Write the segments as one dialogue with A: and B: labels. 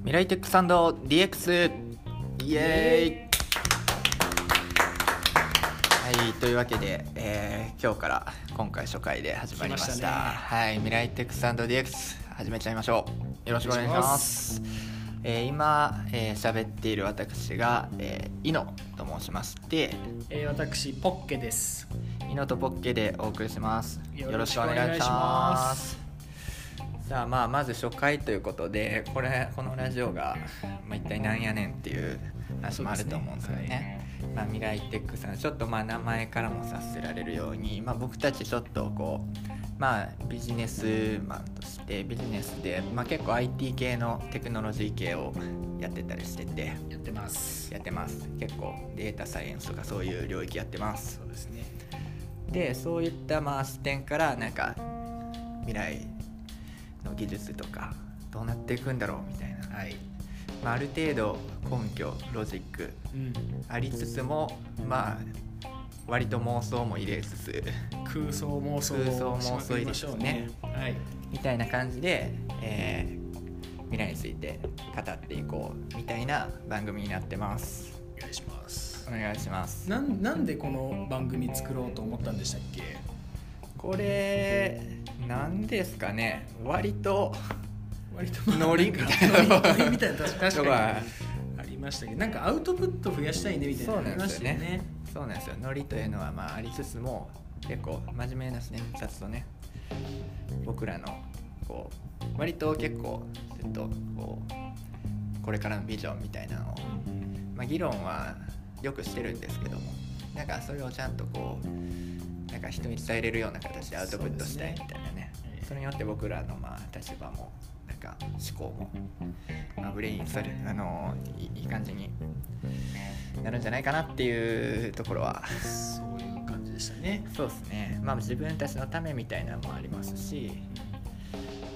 A: 未来テックサンド DX イエーイはいというわけで、えー今日から今回初回で始まりました
B: 来ましたね
A: はい未来テックサンド DX 始めちゃいましょうよろしくお願いしますえー今、えー喋っている私が、えー、イノと申しまして
B: えー、私ポッケです
A: イノとポッケでお送りしますよ
B: よ
A: ろ
B: ろ
A: し
B: し
A: くお
B: くお
A: 願
B: 願
A: い
B: い
A: し
B: し
A: ま
B: ますす
A: さあまあまず初回ということでこれこのラジオが、まあ、一体なんやねんっていう話もあると思うんですよねまあ、未来テックさんちょっとまあ名前からも察せられるように、まあ、僕たちちょっとこうまあビジネスマンとしてビジネスで、まあ、結構 IT 系のテクノロジー系をやってたりしてて
B: やってます
A: やってます結構データサイエンスとかそういう領域やってます
B: そうですね
A: でそういったまあ視点からなんか未来の技術とかどうなっていくんだろうみたいな、
B: はい
A: まあ、ある程度根拠ロジック
B: うん
A: ありつつもまあ割と妄想も入れつつ
B: 空想妄想
A: 空想
B: を
A: 妄想いいですね
B: しまくりましょうねはい
A: みたいな感じで、えー未来について語っていこうみたいな番組になってます
B: お願いします
A: お願いします
B: なんなんでこの番組作ろうと思ったんでしたっけ
A: これなんですかね割と
B: 割とまあ
A: ノリ
B: なんか
A: みたいな
B: ノリノリみたいな確か確
A: とか
B: かにありましたけどなんかアウトプット増やしたいねみたいなのありましたよね
A: そうなんですよノリというのはまあありつつも結構真面目なね雑とね僕らのこう割と結構ずっとこうこれからのビジョンみたいなのを、まあ、議論はよくしてるんですけどもなんかそれをちゃんとこうなんか人に伝えれるような形でアウトプットしたいみたいなね
B: そう
A: そ
B: ですね
A: れによって僕らのまあ立場もなんか思考も、まあ、ブレインされあのいいい感じになるんじゃないかなっていうところは
B: そういう感じでしたね
A: そうですねまあ自分たちのためみたいなのもありますし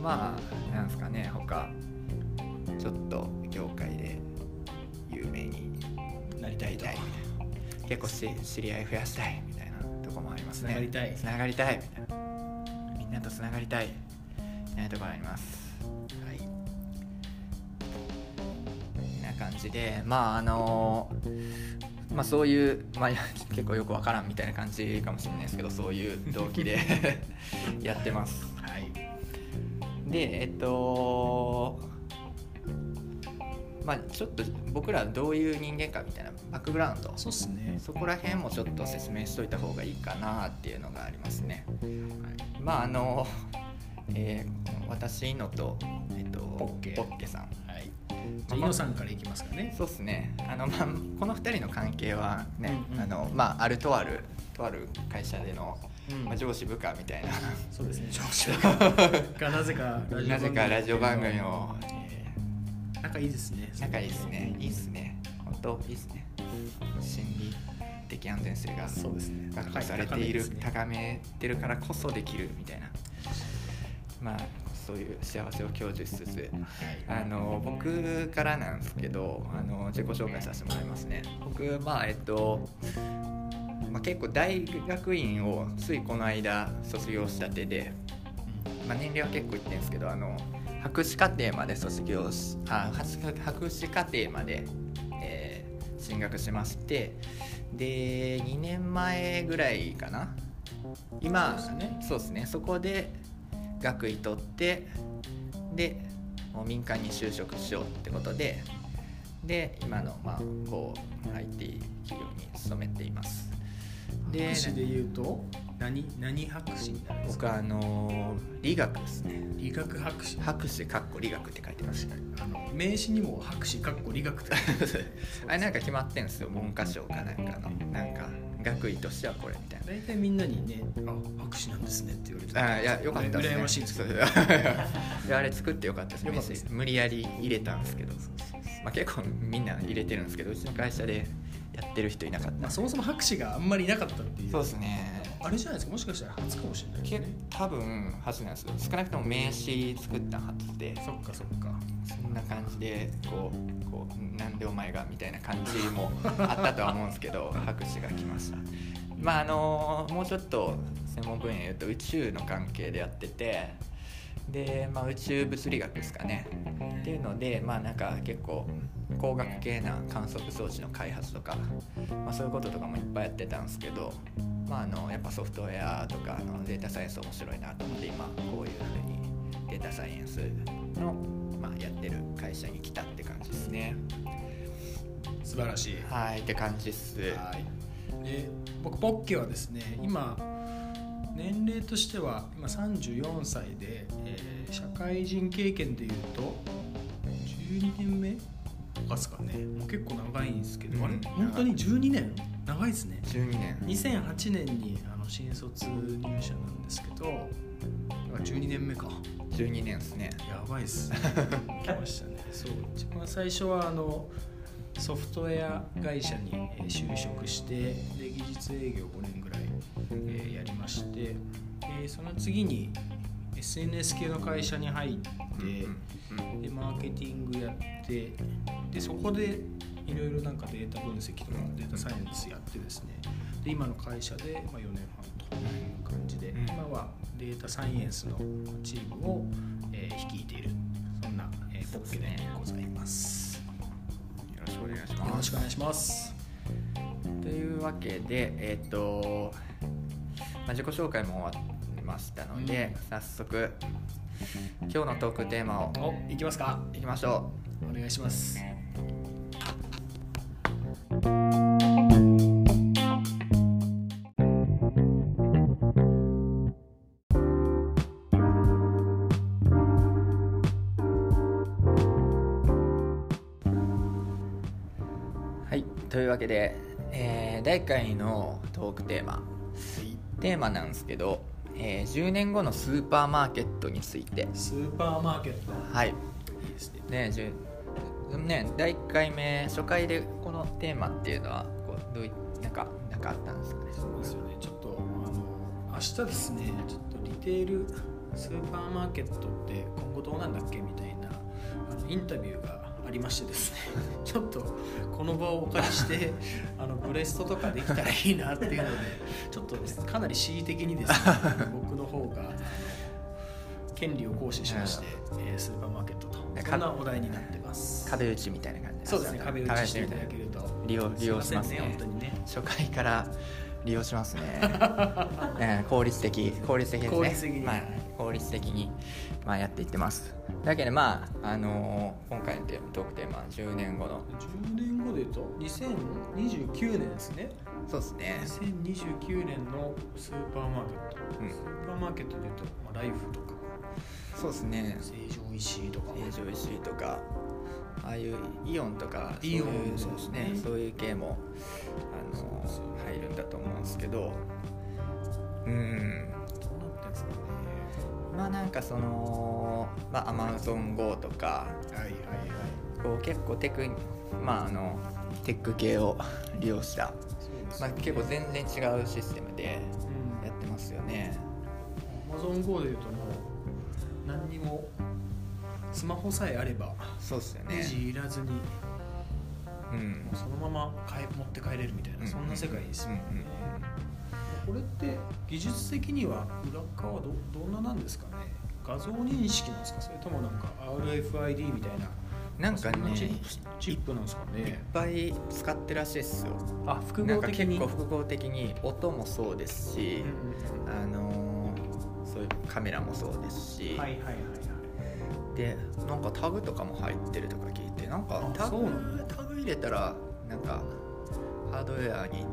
A: まあなんですかね他ちょっと業界で有名に
B: なり
A: な
B: た
A: り
B: いと
A: たいみたいな結構し知り合い増やしたいみたいなとこもありますね
B: つながりたい
A: つながりたいみたいなみんなとつながりたいみたいなところありますはいこんな感じでまああのまあそういう、まあ、 結構よくわからんみたいな感じかもしれないですけどそういう動機で やってます
B: はい
A: でえっとまあちょっと僕らどういう人間かみたいなバックグラウンド
B: そうっすね
A: そこら辺もちょっと説明しといた方がいいかなっていうのがありますね。まああの、えー私のと、えっと、
B: ポッケ
A: さん。
B: はいじゃあイノさんからいきますかね
A: そうですねあの、まあ、この2人の関係はね、
B: うんうん
A: あのまあ、あるとあるとある会社での、
B: うん
A: まあ、上司部下みたい な
B: そうですね上 司がなぜかラジオ番組
A: なぜかラジオ番組を、
B: 仲いいですね
A: 仲いいですねいいですね本当いいですね心理的安全性が
B: そうですね
A: 確保されている
B: 高い高いですね
A: 高めてるからこそできるみたいなまあそういう幸せを享受しつつあの僕からなんですけどあの自己紹介させてもらいますね僕まあえっと、まあ、結構大学院をついこの間卒業したてでまあ、年齢は結構いってるんですけどあの博士課程まで卒業しあ博士博士課程まで、えー進学しましてで2年前ぐらいかな今
B: そうですね
A: そうですねそこで学位取ってでもう民間に就職しようってことでで今の、まあ、某 IT 企業に勤めています
B: で博士で言うと何何博士になるんですか
A: 僕はあの理学ですね
B: 理学博士
A: 博士かっこ理学って書いて ました
B: あの名刺にも博士かっこ理 学って書いてある
A: あれなんか決まってんすよ文科省かなんかのなんか学位としてはこれみたいな
B: 大体みんなにねあ博士なんですねって言われて
A: あいやよかった
B: 羨ましいです けど
A: そういやあれ作ってよかったです
B: よかったです
A: メッセージ無理やり入れたんですけど、まあ、結構みんな入れてるんですけどうちの会社でやってる人いなかった、
B: まあそもそも博士があんまりいなかったっていう
A: そうですね
B: あれじゃないですかもしかしたら初かもしれないです
A: 結
B: ね
A: 多分初なんですよ少なくとも名刺作ったはずで
B: そっかそっか
A: そんな感じでこうこうなんでお前がみたいな感じ もあったとは思うんですけど拍手が来ましたまああのもうちょっと専門分野言うと宇宙の関係でやっててで、まあ、宇宙物理学ですかねっていうのでまあなんか結構工学系な観測装置の開発とか、まあ、そういうこととかもいっぱいやってたんですけど、まあ、あのやっぱソフトウェアとかあのデータサイエンス面白いなと思って今こういうふうにデータサイエンスの、まあ、やってる会社に来たって感じですね。
B: 素晴らしい
A: はいって感じっす。
B: はいで僕ポッケはですね今年齢としては今34歳で、えー社会人経験でいうと12年目ですかねもう結構長いんですけど、
A: うん
B: あれ本当に12年長いですね
A: 12年
B: 2008年にあの新卒入社なんですけどだから12年目か
A: 12年ですね。
B: やばい っすね来ましたねそう一番最初はあのソフトウェア会社にえー就職してで技術営業5年ぐらいえーやりましてでその次に SNS 系の会社に入って、
A: うんうん
B: でマーケティングやってでそこでいろいろなんかデータ分析とか
A: うん
B: データサイエンスやってですねで今の会社で、まあ、4年半という感じで、
A: うん
B: 今はデータサイエンスのチームを、えー率いているそんな、えー、ポッケでございます。
A: よろしくお願いし
B: よ
A: ま
B: ろし
A: す
B: くお。願いします。
A: というわけで、えっとまあ、自己紹介も終わりましたので、早速今日のトークテーマを
B: お、行きますか。
A: いきましょ
B: お願いします。
A: う。はい、というわけで、えー第1回のトークテーマテーマなんですけど、えー10年後のスーパーマーケットについて。
B: スーパーマーケット。
A: はい
B: いいですね。
A: ねじゅね第1回目初回でこのテーマっていうのはこうどういなんかなんかあったんですかね
B: そうですよねちょっとあの明日ですねちょっとリテールスーパーマーケットって今後どうなんだっけみたいなあのインタビューがありましてですね ちょっとこの場をお借りして あのブレストとかできたらいいなっていうのでちょっとかなり恣意的 にですね僕の方があの権利を行使しまして、えースーパーマーケットとそんなお題になってます
A: 壁打ちみたいな感じ
B: そうですね壁打ちしていただ
A: 試
B: けると
A: 利用利用しますね
B: いせん本当にね
A: 初回から利用します ね、えー効率的効率的ですね
B: 効率的に
A: まあ、効率的に、まあ、やっていってますだけどまあ、あのー今回のテーマトークテーマは10年後の
B: 10年後で言うと2029年ですね
A: そうですね
B: 2029年のスーパーマーケット、
A: うん
B: スーパーマーケットで言うと、まあ、ライフとか
A: そうですね
B: 成城石井とか
A: 成城石井とかああいうイオンとかそうい
B: イ
A: う
B: オン
A: そうですねそういう系もあの
B: そうそう
A: 入るんだと思うんですけどうん
B: どうなってんですかね
A: まあなんかそのまあアマゾン GO とか
B: はいはいはい
A: こう結構テクまああのテック系を利用した、
B: そうです
A: まあ、
B: ね
A: 結構全然違うシステムで
B: うん
A: やってますよね
B: AmazonGo で言うともう何にもスマホさえあれば
A: そうっすよ
B: レ
A: ね
B: ジいらずにも
A: うん
B: うそのまま買い持って帰れるみたいな、そんな世界です
A: う
B: も
A: ん
B: んね、これって技術的には裏側はどどんななんですかね画像認識なんですかそれともなんか RFID みたい
A: う
B: な
A: んなんか
B: そ
A: ね
B: チ
A: いっ
B: ップスチップなんですかね
A: ぱい使ってるらしいっすよ
B: あ複
A: な
B: 合
A: んか
B: 的
A: 結
B: に
A: 構複合的に音もそうですし、あのーそういうカメラもそうですし、
B: はいはいはいはい
A: でなんかタグとかも入ってるとか聞いてなんか
B: あ
A: タ
B: そう
A: グ
B: なん
A: タグ入れたらなんかハードウェアに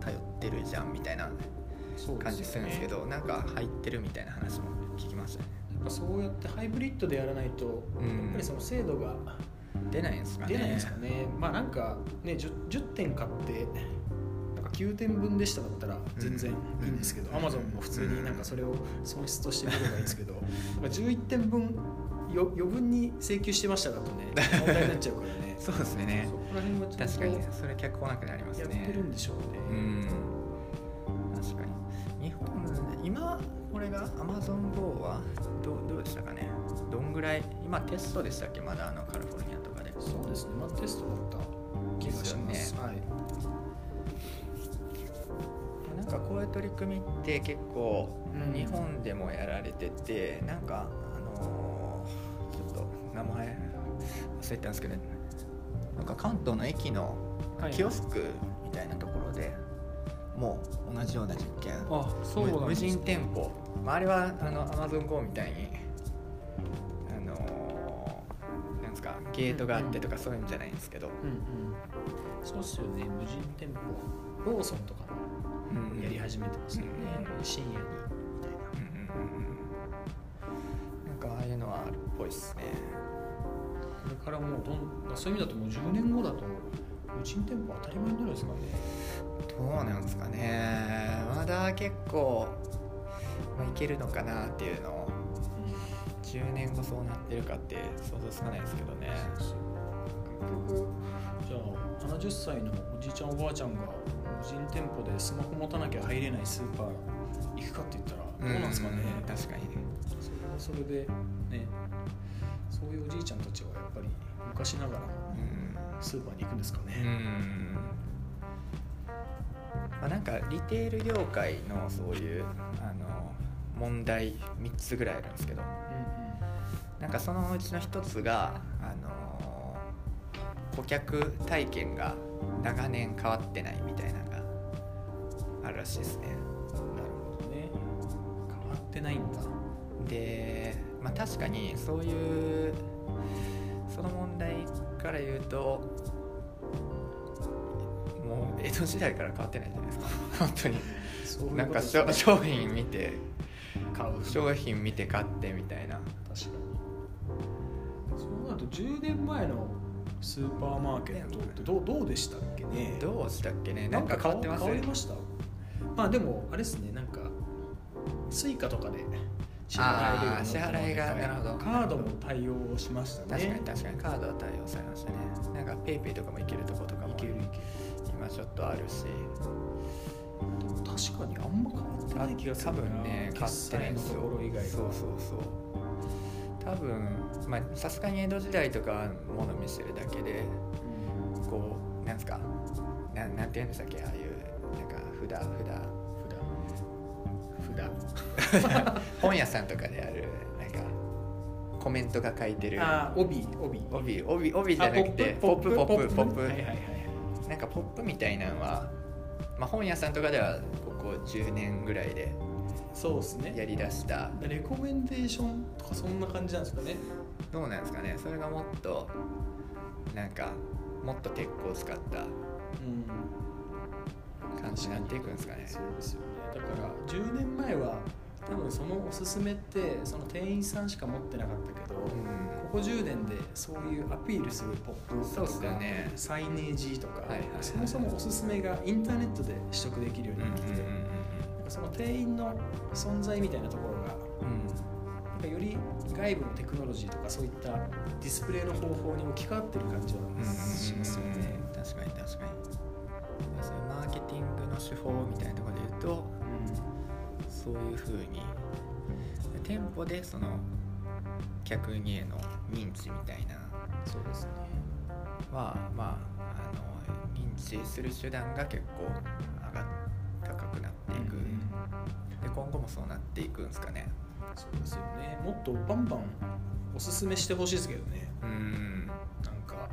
A: 頼ってるじゃんみたいな
B: そう
A: 感じするんですけ
B: よね
A: ど、なんか入ってるみたいな話も聞きましたね
B: やっぱそうやってハイブリッドでやらないと、
A: うん
B: やっぱりその精度が
A: 出ないんですかね
B: 出ないんですかねまあなんかね 10, 10点買ってなんか9点分でしただったら全然いいんですけど、
A: うん
B: Amazon も普通になんかそれを損失として見ればいいんですけど、 まあ11点分よ余分に請求してましただと ね問題になっちゃうからね
A: そうですね
B: そこら辺はちょっ
A: 確
B: と
A: かにそれ客来なくなります
B: や
A: ね
B: ってるんでしょうね、
A: うん確かに日本今これが AmazonGo はどうどうでしたかねどんぐらい今テストでしたっけまだあのカリフォルニアとかで
B: そうですねまあテストだった気がし
A: で
B: ます
A: すよね
B: はい
A: なんかこういう取り組みって結構
B: うん
A: 日本でもやられててなんかあのーちょっと名前忘れてたんですけどなんか関東の駅の
B: はい
A: キオスクみたいなところでもう同じような実験
B: あそうなん
A: 無無
B: ですね
A: 人店舗、まあ、あれはあの AmazonGO みたいにあのーなんですかゲートがあってとかそういうんじゃないんですけど、
B: うんうんそうっすよね無人店舗ローソンとか
A: うん
B: やり始めてましたよね、
A: う
B: 深夜にみたい
A: うんうんうんなんかああいうのはあるっぽいっすね
B: なこれからもうどんそういう意味だともう10年後だと無人店舗当たり前になるんですかね
A: どうなんですかねまだ結構、まあ、いけるのかなっていうのを10年後そうなってるかって想像つかないですけどね
B: じゃあ70歳のおじいちゃんおばあちゃんが無人店舗でスマホ持たなきゃ入れないスーパー行くかって言ったらどうなんですかね、
A: うん確かにね
B: それはそれでねそういうおじいちゃんたちはやっぱり昔ながら
A: うん
B: スーパーに行くんですか
A: う
B: ね、
A: んまあ、なんかリテール業界のそういうあの問題3つぐらいあるんですけど
B: う
A: なんかそのうちの一つが、あのー顧客体験が長年変わってないみたいなのがあるらしいですね。
B: んうん、なるほどね変わってないんだ
A: で、まあ、確かにそういうその問題から言うともう江戸時代から変わってないじゃないですか 本当に。
B: そうい
A: な
B: うんこ
A: か
B: と
A: 商商品見て
B: 買う
A: 商品見て買ってみたいな。
B: 確かにそうなると10年前のスーパーマーケットってどうどうでしたっけね
A: どうしたっけねなんか変わってます
B: 変わりましたまあでもあれですねなんかスイカとかで支払えるように
A: あ
B: なったので
A: ー支払いが
B: はい
A: なるほど
B: カードも対応しました
A: 確かに
B: ね
A: 確かにカードは対応されましたねなんか PayPay ペイペイとかもいけるとことかも
B: いけるいける
A: 今ちょっとあるし
B: 確かにあんま変わってない気がする
A: 多分ね買ってないん
B: の
A: です
B: と
A: よ
B: ころ以外は
A: そうそうそう多分まあさすがに江戸時代とかはもの見せるだけで
B: うん
A: こうなんですかなんなんて言うんでしたっけああいうなんか札
B: 普段
A: 札札本屋さんとかであるなんかコメントが書いてる
B: あー帯帯
A: 帯帯帯じゃなくて
B: あ
A: ポップポップポップ
B: はいはいはいはい
A: なんかポップみたいなのは、まあ、本屋さんとかではここ10年ぐらいで
B: そうです
A: や
B: ね
A: りだした
B: レコメンデーションとかそんな感じなんですかね
A: どうなんですかねそれがもっとなんかもっと鉄鋼を使った
B: うん
A: 感じになっていくんですかね
B: そうですよねだから10年前は多分そのおすすめってその店員さんしか持ってなかったけど、
A: う
B: こ
A: ん
B: こ10年でそういうアピールするポップ
A: そうっすよね
B: サイネージとか、
A: はいはいはい
B: そもそもおすすめがインターネットで取得できるよう
A: うん
B: に
A: うん
B: なってきて、なんかその店員の存在みたいなところが
A: うんうん
B: なんかより外部のテクノロジーとかそういったディスプレイの方法に置き換わってる感じは
A: うんうんうんうん
B: しますよね。
A: 確かに確かにそういうマーケティングの手法みたいなところで言うとそういうふうに店舗でその客にへの認知みたいな
B: そうですね。
A: はまああの認知する手段が結構上がっ高くなっていく、で今後もそうなっていくんですかね
B: そうですよね。もっとバンバンおすすめしてほしいですけどね。
A: うん
B: なんか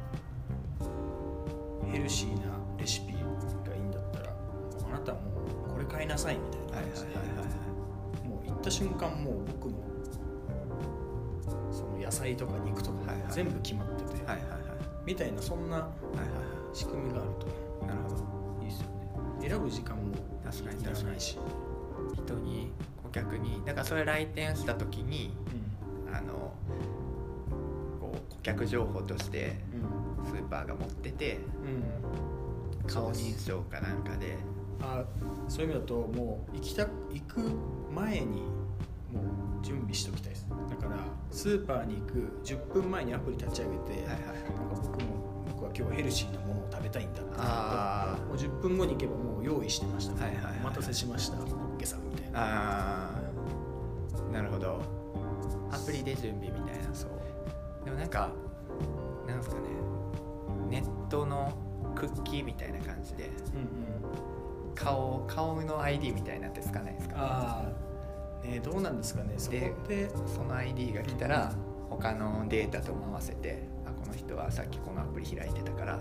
B: ヘルシーなレシピがいいんだったら、あなたもうこれ買いなさいみた
A: は
B: いな
A: いはいは
B: 感じ
A: いは
B: で、もう行った瞬間もう僕のその野菜とか肉とか
A: はいはい
B: 全部決まってて、
A: いはいはいはい
B: みたいなそんな
A: はいはい
B: 仕組みがあると。
A: はいなるほど
B: いいですよね選ぶ時間も
A: 確かに
B: いら
A: 確か
B: な
A: に
B: いし、
A: 人に顧客にだからそれ来店した時にあのこう顧客情報として
B: うん
A: スーパーが持ってて
B: うん
A: 顔認証かなんかで
B: あそういう意味だともう行きた行く前にもう準備しておきたいですだからスーパーに行く10分前にアプリ立ち上げて、
A: はいはい
B: なんか僕も僕は今日はヘルシーなものを食べたいんだって
A: あー
B: もう10分後に行けばもう用意してました、
A: はいはいはい
B: お待たせしましたホッケさんみたいな
A: あーなるほどアプリで準備みたいなそうでもなんかなんですかねネットのクッキーみたいな感じで
B: うんうん
A: 顔顔の ID みたいなんですかないですか
B: ああねどうなんですかねそこって
A: その ID が来たら他のデータとも合わせてあこの人はさっきこのアプリ開いてたから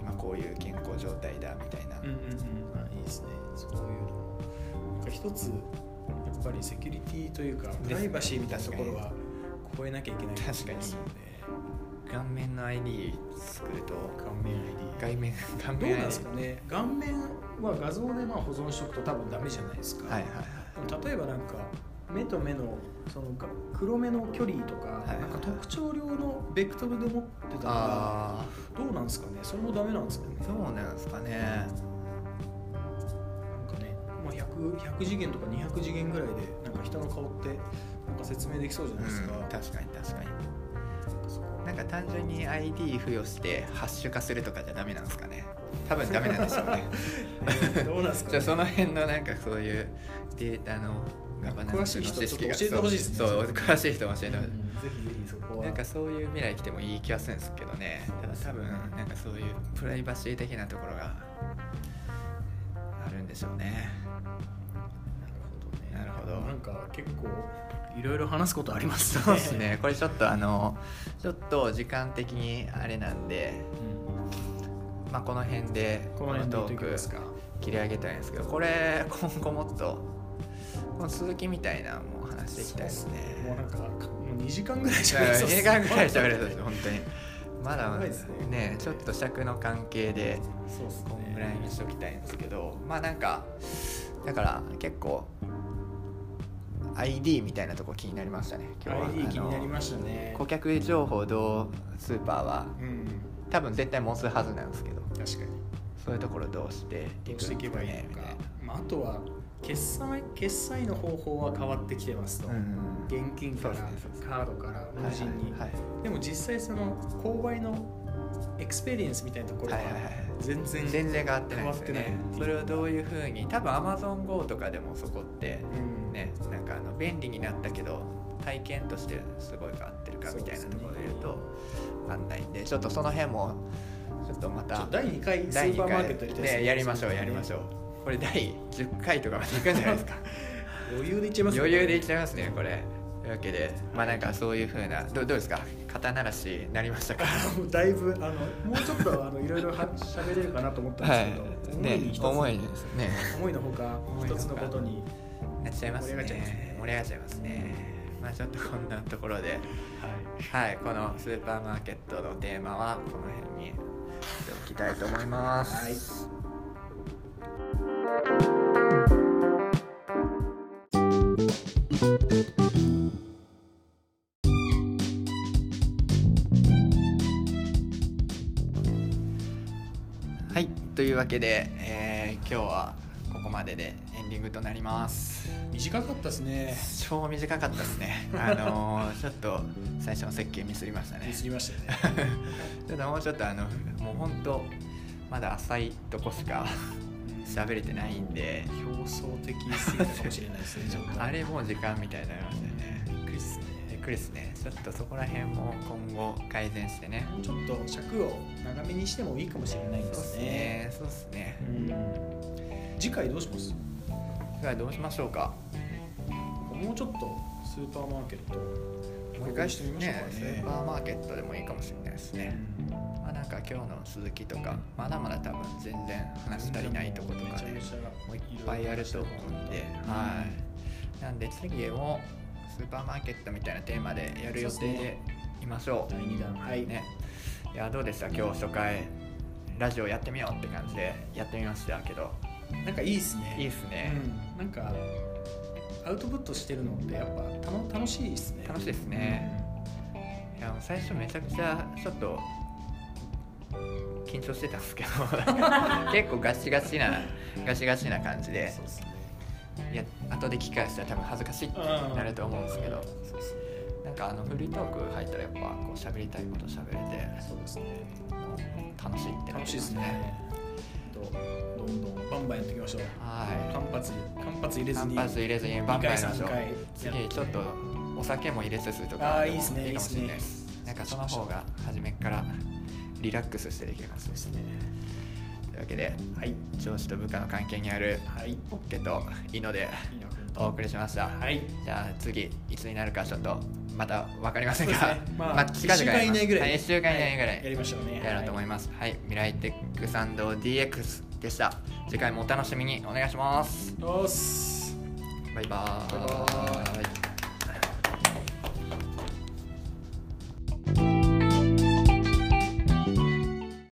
A: 今こういう健康状態だみたいな、
B: うんうんうんあいいですねそういうのなんか一つやっぱりセキュリティというかプライバシーみたいなところは超えなきゃいけない
A: 確かに
B: ですよね
A: 顔面の ID 作ると
B: 顔面 ID
A: 外面顔面
B: どう
A: ID
B: なんですかね顔面は画像でまあ保存しとくと多分ダメじゃないですか、
A: はいはいはい
B: 例えばなんか目と目のそのが黒目の距離とか,、
A: いはいはい
B: なんか特徴量のベクトルで持ってたら
A: ああ
B: どうなんですかねそれもダメなんですかね
A: そうなんですかね
B: なんかね、まあ、100, 100次元とか200次元ぐらいでなんか人の顔ってなんか説明できそうじゃ
A: う
B: ないですか、
A: ん確かに確かになんか単純に ID 付与してハッシュ化するとかじゃダメなんですかね多分ダメなんでしょ うね
B: ねどうなんですか、
A: じゃ
B: ね、
A: あその辺のなんかそういうデータのガバナンスの知識が
B: 詳しい人ちょっと教えてほしいですね
A: そうそう詳しい人も教えてほしい、
B: ぜひぜひそこは
A: なんかそういう未来来てもいい気がするんですけどねただ多分なんかそういうプライバシー的なところがあるんでしょうねなるほど
B: なんか結構いろいろ話すことありますね
A: そうですねこれちょっとあのちょっと時間的にあれなんで、
B: うん
A: まあ、この辺で
B: この
A: こ
B: 辺で言
A: のト
B: っと
A: ー
B: きます
A: ク
B: か
A: 切り上げたいんですけどこれ今後もっとこの続きみたいなのも話していきたいですね
B: もうなんかもう2時間ぐらい
A: い
B: しゃ
A: や
B: べ
A: い
B: り
A: や
B: そうっす
A: 映画ぐらい喋れそうです本当にまだ
B: や
A: ま
B: ば
A: だ
B: いっすね
A: ねちょっと尺の関係で
B: そうっすね
A: こんぐらいにしときたいんですけどまあなんかだから結構 ID みたいなとこ気になりましたね今日は
B: ID 気になり
A: し
B: ましたね
A: 顧客情報どうスーパーは
B: うん
A: 多分絶対持つはずなんですけど
B: 確かに
A: そういうところどうしていくん
B: どう
A: で
B: して
A: す
B: いけばいい
A: ねみ
B: の
A: た
B: か
A: い、
B: まあ、あとは決済決済の方法は変わってきてますと、
A: なうん
B: 現金から
A: そうですねそうですね
B: カードから無人に、
A: はいはい
B: でも実際その購買のエクスペリエンスみたいなところは
A: はいはいはい
B: 全然、
A: 全然変わってないですよ
B: 変わ
A: ね
B: ってない
A: それをどういうふうに多分 AmazonGO とかでもそこって
B: うん
A: ねなんかあの便利になったけど体験としてすごい変わってるかみたいなところで言うと分かんないんでちょっとその辺もちょっとま
B: ちょったと第2回ス
A: 第
B: ーパ
A: 2
B: ーマーケット
A: 回ねやりましょうやりまし
B: ょ
A: ょうこれ第10回とかまでいくんじゃないですか
B: う余裕でいっちゃいますね
A: 余裕でいっちゃいますねこれというわけでまあなんかそういうふうなどどうですか肩慣らしになりましたか
B: もうだいぶあのもうちょっとあのいろいろはしゃべれるかなと思ったんですけど、
A: ね
B: 思いに一つ
A: 重いですね
B: 思いのほか一つのことに
A: なっちゃいますね
B: 盛り上がっちゃいますね
A: 盛り上がっちゃいますねまあちょっとこんなところで
B: はい
A: はいこのスーパーマーケットのテーマはこの辺にしておきたいと思います、
B: はい
A: はい、というわけで、えー今日はここまででエンディングとなります
B: 短かったですね
A: 超短かったです ねあのーちょっと最初の設計ミスりましたね
B: ミスりましたね
A: ちょっと もうちょっとあのもうほんとまだ浅いとこしか喋れてないんで
B: 表層的すぎたかもしれないですねちょっと
A: あれもう時間みたいになりましたよね
B: びっくりですね
A: びっくりですねちょっとそこら辺も今後改善してね
B: もうちょっと尺を長めにしてもいいかもしれないで
A: そうっ
B: す
A: す
B: ね
A: ねそうっすね
B: うん次回どうします
A: じゃあどうしましょうか
B: もうちょっとスーパーマーケット
A: もう一回してみましょうかねスーパーマーケットでもいいかもしれないですね、まあ、なんか今日の続きとかまだまだ多分全然話足りないとことかねもういっぱいあると思うんで、はい、なんで次もスーパーマーケットみたいなテーマでやる予定でいましょう
B: 第2弾はい
A: ね、いやどうでした今日初回ラジオやってみようって感じでやってみましたけど
B: なんかいいですね
A: いいっすね、
B: うんなんかアウトプットしてるのってやっぱ楽楽しいですね
A: 楽しいですね、いや最初めちゃくちゃちょっと緊張してたんですけ ど結構ガチガチなガチガチな感じで
B: そうですね
A: いや後で聞き返したら多分恥ずかしいってなると思うんですけど
B: そうですね
A: なんかあのフリートーク入ったらやっぱこう喋りたいこと喋れて
B: そうですね
A: 楽しいってなりま
B: 楽しいですねとどんどんバンバンやっていきましょう
A: は
B: 間髪間髪入
A: い
B: れず
A: 散
B: に
A: 髪入れずにバ
B: 2
A: ンバン
B: 回
A: やりましょ
B: 3
A: う
B: 回
A: 次ちょっとお酒も入れつつと
B: あ
A: か
B: ー
A: でも
B: いいっすね
A: いいかもしれない
B: いい
A: で
B: っ
A: すなんかその方が初めっからリラックスしてできるかもしれないですね
B: ね
A: というわけで
B: はい
A: 上司と部下の関係にある
B: はい
A: ホッケとイノで
B: いいよ
A: お送りしました、
B: はい
A: じゃあ次いつになるかちょっとまた分かりませんが、
B: そうですねまあ
A: 近々やります
B: 一週間以内ぐらい
A: は1週間以内ぐら
B: やり
A: い
B: ましょうね
A: やろうと思いますはい、未来テックサンド DX でした次回もお楽しみにお願いします
B: はいよーっす
A: バイバー
B: バイバー
A: イ